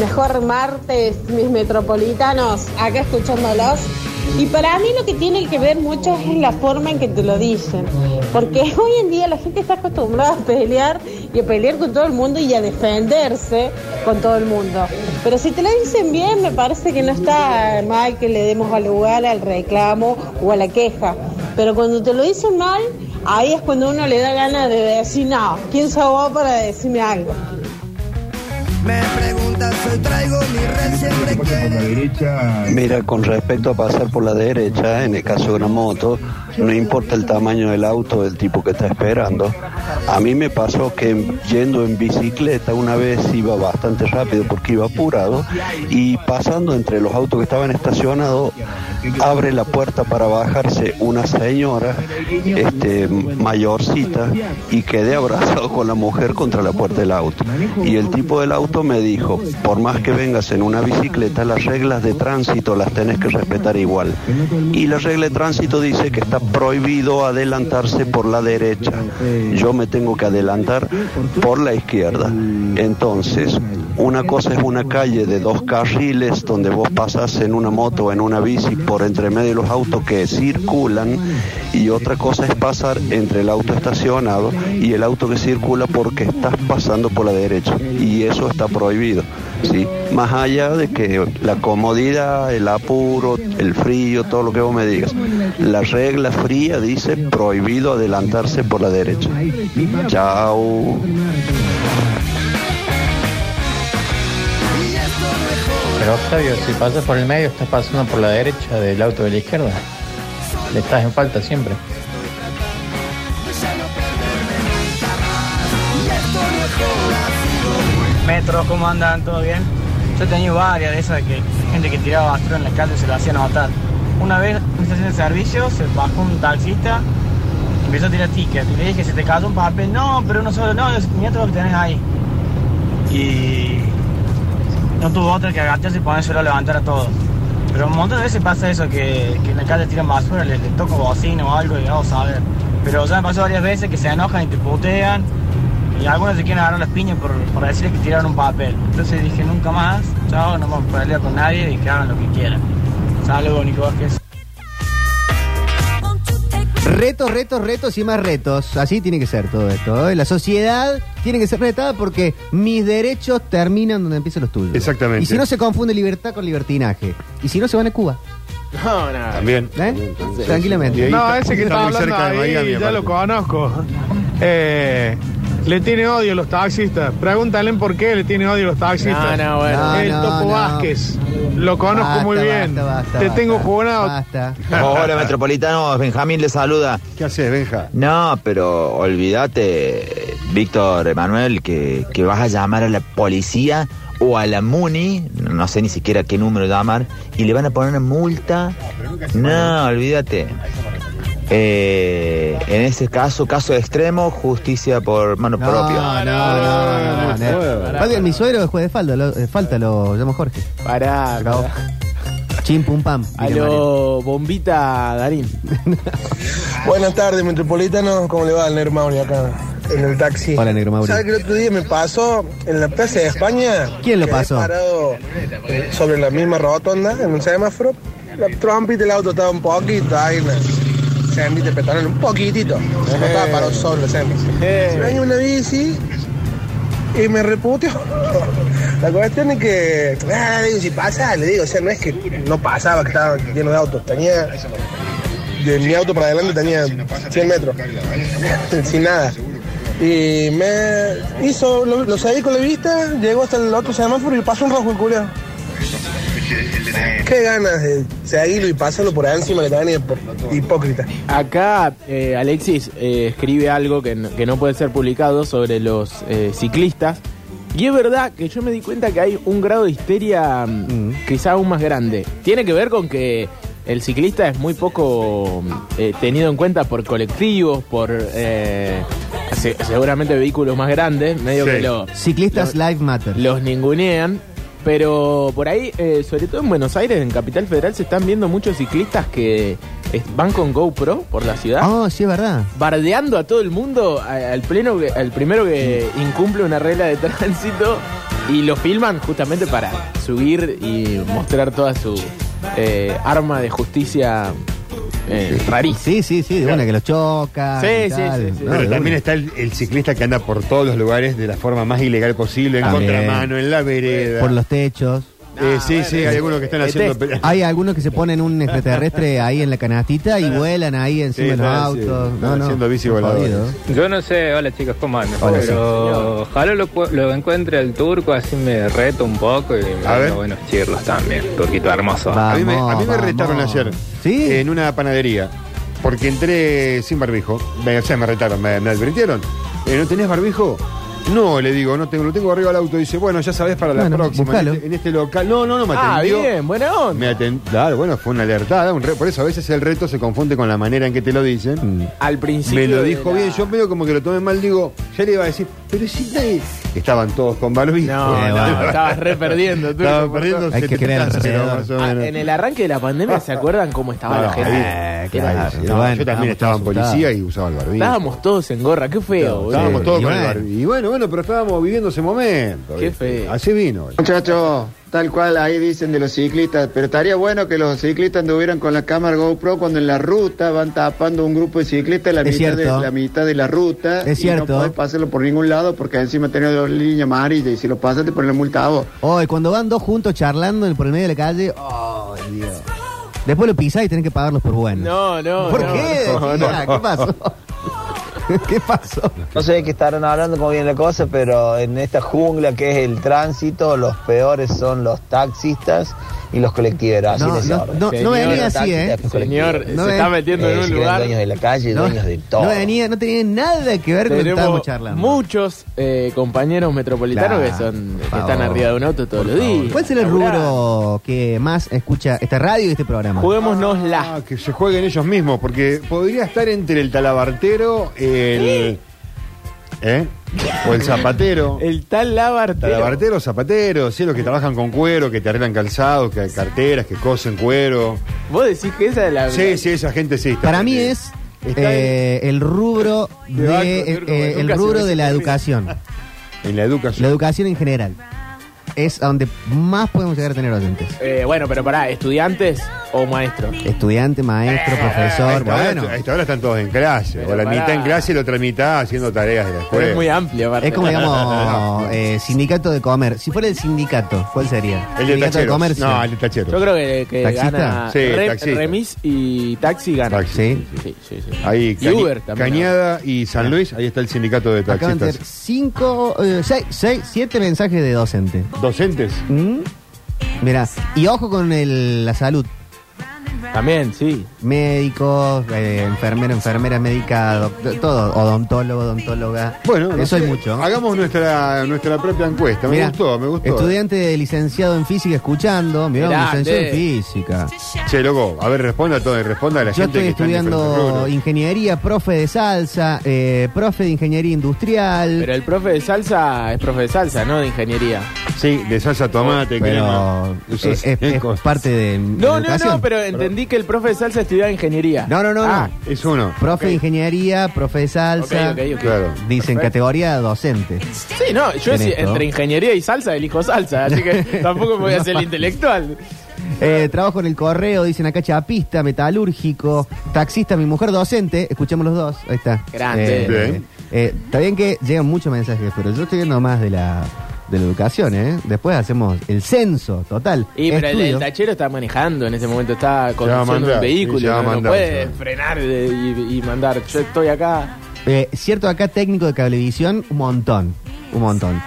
mejor martes, mis metropolitanos, acá escuchándolos. Y para mí lo que tiene que ver mucho es la forma en que te lo dicen. Porque hoy en día la gente está acostumbrada a pelear y a pelear con todo el mundo y a defenderse con todo el mundo. Pero si te lo dicen bien, me parece que no está mal que le demos al lugar al reclamo o a la queja. Pero cuando te lo dicen mal, ahí es cuando uno le da ganas de decir, no, ¿quién se va para decirme algo? Me preguntas, hoy traigo mi red, siempre quiere. Mira, con respecto a pasar por la derecha, en el caso de una moto, no importa el tamaño del auto del tipo que está esperando. A mí me pasó que yendo en bicicleta una vez iba bastante rápido porque iba apurado y pasando entre los autos que estaban estacionados, abre la puerta para bajarse una señora este, mayorcita y quedé abrazado con la mujer contra la puerta del auto. Y el tipo del auto me dijo, por más que vengas en una bicicleta, las reglas de tránsito las tenés que respetar igual. Y la regla de tránsito dice que está prohibido adelantarse por la derecha. Yo me tengo que adelantar por la izquierda. Entonces, una cosa es una calle de dos carriles donde vos pasás en una moto o en una bici por entre medio de los autos que circulan y otra cosa es pasar entre el auto estacionado y el auto que circula porque estás pasando por la derecha y eso está prohibido. ¿sí? Más allá de que la comodidad, el apuro, el frío, todo lo que vos me digas, la regla fría dice prohibido adelantarse por la derecha. Chao. Pero Octavio, si pasas por el medio, estás pasando por la derecha del auto de la izquierda. Le estás en falta siempre. Metro, ¿cómo andan? ¿Todo bien? Yo he tenido varias de esas que gente que tiraba basura en la calle se la hacía notar. Una vez en una estación de servicio se bajó un taxista, empezó a tirar tickets y le dije, se te cayó un papel, no, pero uno solo, no, mira todo lo que tenés ahí. Y no tuvo otra que agacharse y ponérselo a levantar a todos. Pero un montón de veces pasa eso, que, que en la calle tiran basura, les, les toco bocina o algo y hago saber. Pero ya me pasó varias veces que se enojan y te putean y algunos se quieren agarrar las piñas por, por decirles que tiraron un papel. Entonces dije nunca más, chao, no vamos a pelear con nadie y que hagan lo que quieran. Saludos, Nico Vázquez. Retos, retos, retos y más retos. Así tiene que ser todo esto. ¿eh? La sociedad tiene que ser retada porque mis derechos terminan donde empiezan los tuyos. Exactamente. Y si no se confunde libertad con libertinaje. Y si no se van a Cuba. No, nada. También. ¿eh? Tranquilamente. No, ese que está Está muy hablando cerca de Miami, ahí, ya aparte. lo conozco. Eh, le tiene odio a los taxistas. Pregúntale por qué le tiene odio a los taxistas. No, no, bueno. No, El no, Topo no. Vázquez. Lo conozco Basta, muy bien. basta, basta, Te basta. tengo jugado. Basta. Hola, Metropolitano. Benjamín le saluda. ¿Qué haces, Benja? No, pero olvídate, Víctor Emanuel, que, que vas a llamar a la policía o a la MUNI, no sé ni siquiera qué número llamar, y le van a poner una multa. No, olvídate. Eh, en ese caso, caso extremo, justicia por mano No, no, propia. no, no, no, no. Oigan, Mi suegro es juez de falta, lo, eh, falta lo llamo Jorge. Pará, Se acabó. Chim pum pam. diría Mariano. bombita Darín. Buenas tardes, Metropolitano. ¿Cómo le va al Negro Mauri acá en el taxi? Hola, Negro Mauri. ¿Sabes que el otro día me pasó en la Plaza de España? ¿Quién lo Quedé pasó? parado eh, sobre la misma rotonda, en un semáforo. La trompita del auto estaba un poquito ahí. ¿no? Se me petaron un poquitito. No estaba parado sobre el semáforo. Se venía una bici y me reputeó. La cuestión es que, ah, digo, si pasa, le digo, o sea, no es que no pasaba, que estaba lleno de autos, tenía de mi auto para adelante tenía 100 metros, sin nada. Y me hizo, lo, lo seguí con la vista, llegó hasta el otro semáforo y pasó un rojo el culo. Qué ganas de seguirlo y pasarlo por ahí encima que te van a ir por hipócrita. Acá eh, Alexis eh, escribe algo que no, que no puede ser publicado sobre los eh, ciclistas. Y es verdad que yo me di cuenta que hay un grado de histeria mm, quizá aún más grande. Tiene que ver con que el ciclista es muy poco mm, eh, tenido en cuenta por colectivos, por eh, se- seguramente vehículos más grandes, medio Sí. que lo, Ciclistas Live Matter. los ningunean. Pero por ahí, eh, sobre todo en Buenos Aires, en Capital Federal, se están viendo muchos ciclistas que es- van con GoPro por la ciudad. Ah, sí, es verdad. Bardeando a todo el mundo, a- al, pleno que- al primero que incumple una regla de tránsito Y lo filman justamente para subir y mostrar toda su eh, arma de justicia eh, rarísima. Sí, sí, sí, de una que los choca. Sí, y sí, tal. sí, sí. No, de Pero una. también está el, el ciclista que anda por todos los lugares de la forma más ilegal posible, en También. contramano, en la vereda. Por Este los techos. Eh, sí, Ah, sí, hay algunos que están Eh, haciendo. pe- Hay algunos que se ponen un extraterrestre ahí en la canastita y vuelan ahí encima Sí, de los están, sí, autos. están No, no. haciendo bici son voladores. jodidos. Yo no sé, hola chicos, ¿cómo andan? Hola, Pero ojalá lo, pu- lo encuentre el turco, así me reto un poco y me ver. mando buenos chirlos también. Turquito hermoso. a mí me, a mí me Vamos, retaron vamos. ayer Eh, en una panadería porque entré sin barbijo. Me- o sea, me retaron, me, me advirtieron. Eh, ¿No tenés barbijo? No, le digo, no tengo, lo tengo arriba del auto. Dice, bueno, ya sabés para la Bueno, próxima. En buscalo. este, en este local. No, no, no, me Ah, atendió. bien, buena onda. Me aten- Claro, bueno, fue una alertada. un re- Por eso a veces el reto se confunde con la manera en que te lo dicen. Al principio. Me lo de dijo la- bien, yo medio como que lo tomé mal, digo, ya le iba a decir, pero si nadie... Estaban todos con barbijo. No, Eh, no, bueno. estabas re perdiendo. turco, Estaban por perdiendo todo. Hay que 70 creer, cero, creer. más o Ah, menos. en el arranque de la pandemia, ¿se acuerdan cómo estaba No, la gente? ahí, eh, claro, Era- no, bueno, yo también estaba en estábamos asustados. policía y usaba el barbijo. Estábamos todos en gorra, qué feo, boludo. Estábamos todos y con el bueno. barbijo. Y bueno, bueno, pero estábamos viviendo ese momento. Qué ¿viste? feo. Así vino. Muchachos, tal cual ahí dicen de los ciclistas, pero estaría bueno que los ciclistas anduvieran con la cámara GoPro cuando en la ruta van tapando un grupo de ciclistas la, Es mitad, de, cierto. la mitad de la ruta. Es y cierto. No podés pasarlo por ningún lado porque encima tenés dos líneas amarillas y si lo pasas te ponen la multa a vos. Hoy, Oh, cuando van dos juntos charlando en- por el medio de la calle, oh, Dios. Después lo pisás y tenés que pagarlos por bueno. No, no. ¿Por no. qué? Mira, ¿Qué pasó? ¿Qué pasó? No sé de qué estarán hablando, cómo viene la cosa, pero en esta jungla que es el tránsito, los peores son los taxistas y los colectiveros. Así No, en ese no, orden. no, no venía Taxistas, así, ¿eh? después Señor, colectiveros. se No está ven- metiendo Eh, en se un creen lugar. dueños de la calle, No, dueños de todo. no venía, no tenía nada que ver con lo que estábamos Tenemos charlando. muchos eh, compañeros metropolitanos Claro, que son que por están favor. arriba de un auto todos los días. ¿Cuál es el Laburá. rubro que más escucha esta radio y este programa? Juguémonos la. Ah, que se jueguen ellos mismos, porque podría estar entre el talabartero, el... ¿Eh? O el zapatero. El tal Labartero. Talabarteros, zapateros, sí, los que trabajan con cuero, que te arreglan calzado, que carteras, que cosen cuero. Vos decís que esa es la. Sí, sí, esa gente sí. está. Para mí es Está eh, el rubro De de, banco, eh, turco, eh, nunca el se rubro hubiese de la ocurrido. educación, En la la educación. educación en general. Es a donde más podemos llegar a tener oyentes. Eh, bueno, pero pará, ¿estudiantes o maestros? Estudiante, maestro, Ah, A profesor, esta, hora, bueno. a esta hora están todos en clase, Pero o la pará. mitad en clase y la otra mitad haciendo tareas de la Pero es muy escuela. amplio, aparte. Es como, digamos, eh, sindicato de comer. Si fuera el sindicato, ¿cuál sería? El de sindicato de tacheros. comercio. No, el de tacheros. Yo creo que, que ¿Taxista? gana Sí, Re- taxista. remis y taxi gana. Taxi. Sí. Sí, sí, sí. Ahí, Y Cañi- Uber también. Cañada y San Luis, ahí está el sindicato de Acaban de tener taxistas. cinco, eh, seis, seis, siete mensajes de docente. ¿Docentes? ¿Mm? Mira, y ojo con el- la salud. También, sí. Médicos, eh, enfermero, enfermera médica, doc- todo, odontólogo, odontóloga. Bueno, no eso sé, hay mucho. Hagamos nuestra, nuestra propia encuesta. Me Mirá, gustó, me gustó. Estudiante licenciado en física escuchando. Mirá, un Grande. licenciado en física. Che, loco, a ver, responda a todo y responda a la Yo gente estoy que está en diferentes estudiando rubros. ingeniería, profe de salsa, eh, profe de ingeniería industrial. Pero el profe de salsa es profe de salsa, no de ingeniería. Sí, de salsa tomate, pero crema. es, es- es co- parte de No, de no, educación. no, pero eh, entendí que el profe de salsa estudiaba ingeniería. no, no, no, Ah, no. es uno. Profe de ingeniería, profe de salsa, Ok, ok, ok. Claro. dicen Perfecto. categoría docente. Sí, no, yo En si- esto. entre ingeniería y salsa elijo salsa, así que tampoco me voy a ser el intelectual. Eh, trabajo en el correo, dicen acá chapista, metalúrgico, taxista, mi mujer docente. Escuchemos los dos, ahí está. Grande. Eh, Bien. eh, está bien que llegan muchos mensajes, pero yo estoy viendo más de la, de la educación, ¿eh? Después hacemos el censo total. Y pero el, el Estudio. tachero está manejando en ese momento, está va a conduciendo mandar, un vehículo, sí, ya va no, a no mandar, puede ya va. frenar de- y, y mandar. Yo estoy acá. Eh, cierto, acá técnico de cablevisión, un montón. Un montón.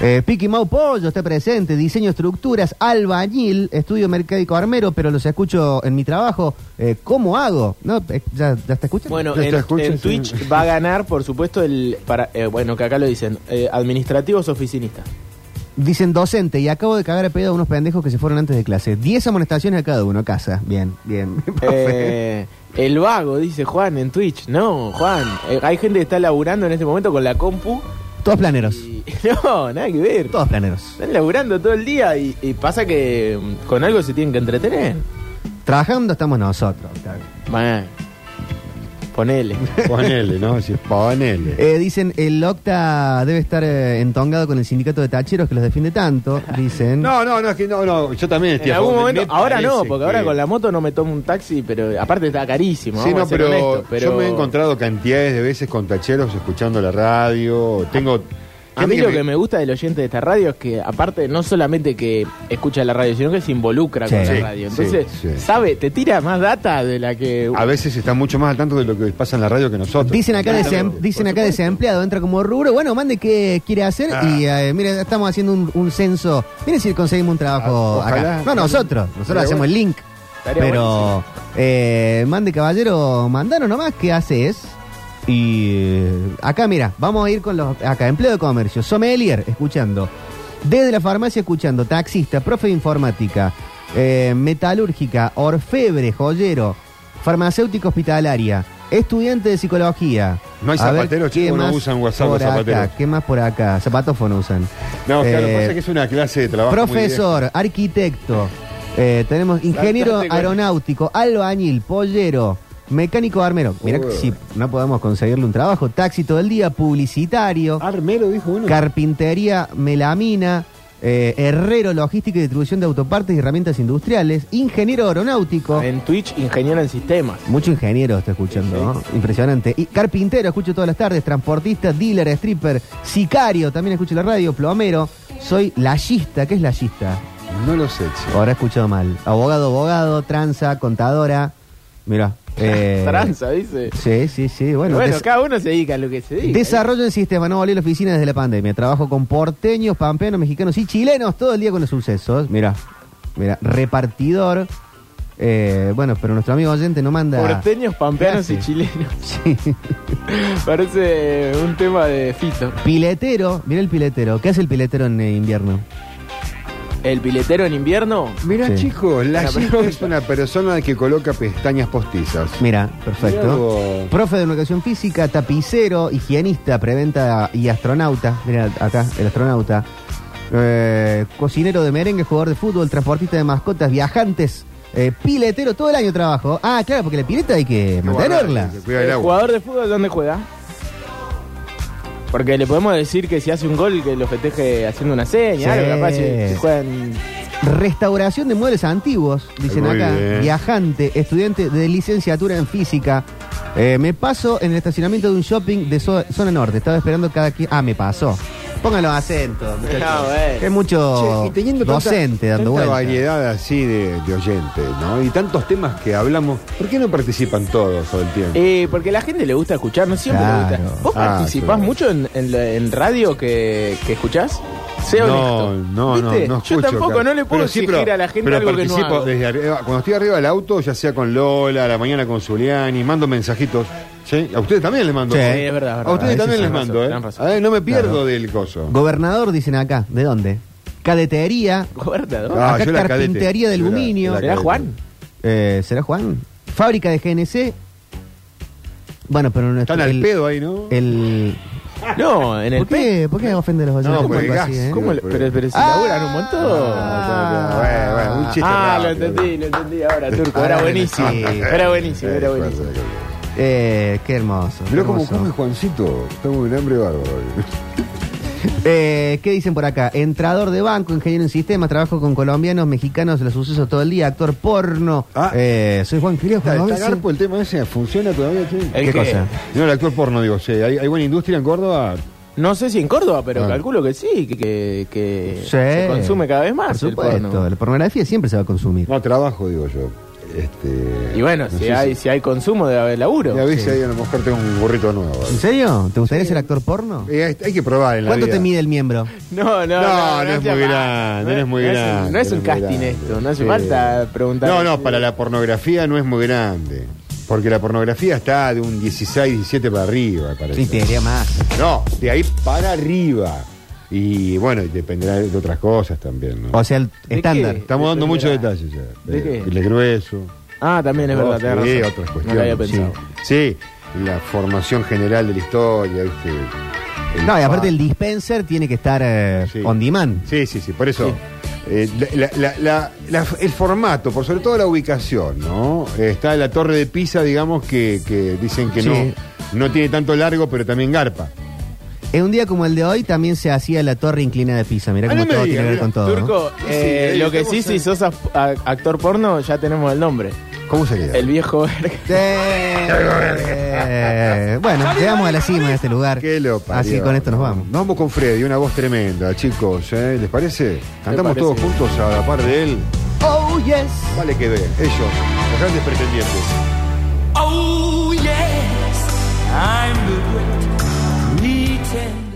Eh, Piqui Mau Pollo está presente, diseño estructuras, albañil, estudio mercádico armero, pero los escucho en mi trabajo. Eh, ¿Cómo hago? ¿No? eh, ¿Ya, ya te escuchan? Bueno, Ya te en, escucho, en sí. Twitch va a ganar, por supuesto, el para eh, bueno que acá lo dicen eh, administrativos oficinistas. Dicen docente, y acabo de cagar a pedo a unos pendejos que se fueron antes de clase. Diez amonestaciones a cada uno, casa. Bien, bien. profe. Eh, el vago dice Juan en Twitch. No, Juan, eh, hay gente que está laburando en este momento con la compu. Todos planeros. y- no, nada que ver. Todos planeros. Están laburando todo el día y, y pasa que mm, con algo se tienen que entretener. Trabajando estamos nosotros. claro. Bueno, Ponele. Ponele, ¿no? Sí, ponele. Eh, dicen, el Octa debe estar eh, entongado con el sindicato de tacheros que los defiende tanto, dicen. No, no, no, es que no, no, yo también estoy a En algún favor, me- momento, me ahora no, parece porque que- ahora con la moto no me tomo un taxi, pero aparte está carísimo. Sí, vamos a no, ser pero, honestos, pero yo me he encontrado cantidades de veces con tacheros escuchando la radio. Tengo. A mí lo que me gusta del oyente de esta radio es que, aparte, no solamente que escucha la radio, sino que se involucra Sí. con la Sí, radio. sí, Entonces, sí. sabe, te tira más data de la que. A veces está mucho más al tanto de lo que pasa en la radio que nosotros. Dicen acá, desem- dicen acá desempleado, entra como rubro, bueno, mande qué quiere hacer Ah. y eh, mire, estamos haciendo un, un censo. Miren si conseguimos un trabajo Ah, ojalá. acá. No, nosotros, nosotros Estaría hacemos el bueno. link. Estaría pero eh, mande caballero, mandaron nomás qué haces. Y eh, acá, mira, vamos a ir con los... Acá, empleo de comercio, sommelier, escuchando. Desde la farmacia, escuchando. Taxista, profe de informática, eh, metalúrgica, orfebre, joyero, farmacéutica hospitalaria, estudiante de psicología. ¿No hay A ver, zapateros, ¿qué chicos? ¿No más usan WhatsApp los por acá? zapateros? ¿Qué más por acá? Zapatófono usan. No, claro, Eh, pasa que es una clase de trabajo. muy Profesor, arquitecto, eh, tenemos ingeniero Bastante, claro. aeronáutico, albañil, pollero, mecánico armero. Mira Uy. si no podemos conseguirle un trabajo, taxi todo el día, publicitario, armero dijo uno, carpintería, melamina, eh, herrero, logística y distribución de autopartes y herramientas industriales, ingeniero aeronáutico. En Twitch, ingeniero en sistemas. Mucho ingeniero está escuchando, ¿no? Impresionante. Y carpintero, escucho todas las tardes, transportista, dealer, stripper, sicario, también escucho la radio, plomero. Soy layista, ¿qué es layista? No lo sé, chico. Ahora he escuchado mal. Abogado, abogado, tranza, contadora. Mira. eh, Tranza, dice. Sí, sí, sí. Bueno, Bueno, eh. des- cada uno se dedica a lo que se dedica. desarrollo en sistema. No volví a la oficina desde la pandemia. Trabajo con porteños, pampeanos, mexicanos y chilenos todo el día con los sucesos. Mira, mira. Repartidor. Eh, bueno, pero nuestro amigo oyente no manda. ¿eh? Porteños, pampeanos y chilenos. Parece un tema de Fito. Piletero. Mira el piletero. ¿Qué hace el piletero en eh, invierno? El piletero en invierno. Mira, Sí. chicos, la Una chica pregunta. es una persona que coloca pestañas postizas. Mira, Mirá perfecto. vos. Profe de educación física, tapicero, higienista, preventa y astronauta. Mira, acá, el astronauta. Eh, cocinero de merengue, jugador de fútbol, transportista de mascotas, viajantes, eh, piletero, todo el año trabajo. Ah, claro, porque la pileta hay que mantenerla. Cuida el ¿El agua. jugador de fútbol dónde juega? Porque le podemos decir que si hace un gol que lo festeje haciendo una Sí. seña, algo, capaz si, si juega en- Restauración de muebles antiguos, dicen Muy acá. bien. Viajante, estudiante de licenciatura en física. Eh, me paso en el estacionamiento de un shopping de zo- zona norte. Estaba esperando cada quien. Ah, me pasó. Pongan los acentos, muchachos. Ah, bueno. Es mucho Che, y teniendo tanta- docente dando tanta vueltas. variedad así de, de oyentes, ¿no? Y tantos temas que hablamos, ¿por qué no participan todos todo el tiempo? Eh, porque a la gente le gusta escuchar, no siempre le Claro. gusta. ¿Vos Ah, participás sí. mucho en, en la- en radio que, que escuchás? Sea no, honesto. no, no, ¿Viste? no Yo escucho, tampoco claro. no le puedo Pero sí, exigir pero- a la gente pero algo que no participo hago. desde arriba. Cuando estoy arriba del auto, ya sea con Lola, a la mañana con Zuliani, mando mensajitos. ¿sí? A ustedes también les mando. Sí, es verdad, verdad. A ustedes Ahí sí también les tenés mando, razón, ¿eh? tenés razón. A ver, no me pierdo Claro. del coso. Ah, Gobernador, dicen acá. ¿De dónde? Cadetería. Gobernador. Ah, acá yo era cadete. carpintería de Yo era- aluminio. era ¿Será cadete. Juan? Eh, ¿Será Juan? Fábrica de GNC. Bueno, pero no Están al pedo ahí, ¿no? El, No, en el ¿Por qué, ¿Por qué ofende a los oyentes? No, porque Algo gas. así, ¿eh? ¿Cómo le- Por- pero, pero si Ah. laburan un montón. Ah, Bueno, bueno, un chiste Ah, lo rápido. entendí, lo entendí ahora, Turco. Ahora Era lo buenísimo. entendí. Era buenísimo, era buenísimo. Eh, qué hermoso. Mirá cómo hermoso. come Juancito. Tengo un hambre bárbaro. hoy. Eh, ¿Qué dicen por acá? Entrador de banco, ingeniero en sistemas, trabajo con colombianos, mexicanos, los sucesos todo el día, actor porno. Ah. Eh, soy Juan Quirós. Está, pues. Juan está Gabese. garpo el tema ese, ¿funciona todavía? che? ¿El ¿Qué qué? cosa? No, el actor porno, digo, sí. ¿Hay, hay buena industria en Córdoba? No sé si en Córdoba, pero Ah. calculo que sí, que, que, que Sí. se consume cada vez más Por el supuesto, porno. la pornografía siempre se va a consumir. No, trabajo, digo yo. Este, Y bueno, no si, sé hay, si hay consumo debe haber laburo. Me avisa ahí, a lo mejor tengo un burrito nuevo. ¿En serio? ¿Te gustaría ser actor porno? Eh, hay, hay que probar en la ¿Cuánto vida. te mide el miembro? No, no, no. No, no es sea muy mal. grande, no es muy un- grande, No es no un es muy casting grande. esto, no hace Sí. falta preguntar. No, no, para la pornografía no es muy grande. Porque la pornografía está de un 16, 17 para arriba, me parece. Sí, te diría más. No, de ahí para arriba. Y bueno, y dependerá de otras cosas también, ¿no? O sea, el ¿De estándar. qué? Estamos dando dependerá. muchos detalles ya. ¿De Eh, qué? El grueso. Ah, también es verdad, tenés Sí, razón. otras No lo había cuestiones. pensado. Sí, sí, la formación general de la historia, ¿viste? El No, y pa- aparte el dispenser tiene que estar eh, Sí. on demand. Sí, sí, sí, por eso. Eh, la- la- la- la- el formato, por sobre todo la ubicación, ¿no? Eh, Está la torre de Pisa, digamos, que, que dicen que Sí. no, no tiene tanto largo, pero también garpa. En un día como el de hoy también se hacía la torre inclina de Pisa. Mirá Ah, cómo no me todo digas, tiene mirá. que ver con todo. ¿no? Turco, Sí, eh, sí, lo que sí, estamos si en- sos af- a- actor porno, ya tenemos el nombre. ¿Cómo sería? El viejo verga. Eh, bueno, llegamos a la cima de este lugar. Qué lo parió. Así con esto nos vamos. Nos vamos con Freddy, una voz tremenda, chicos, ¿eh? ¿Les parece? Cantamos parece. todos juntos a la par de él. Oh, yes. Vale que ve, ellos, los grandes pretendientes. Oh, yes, I'm the great pretend.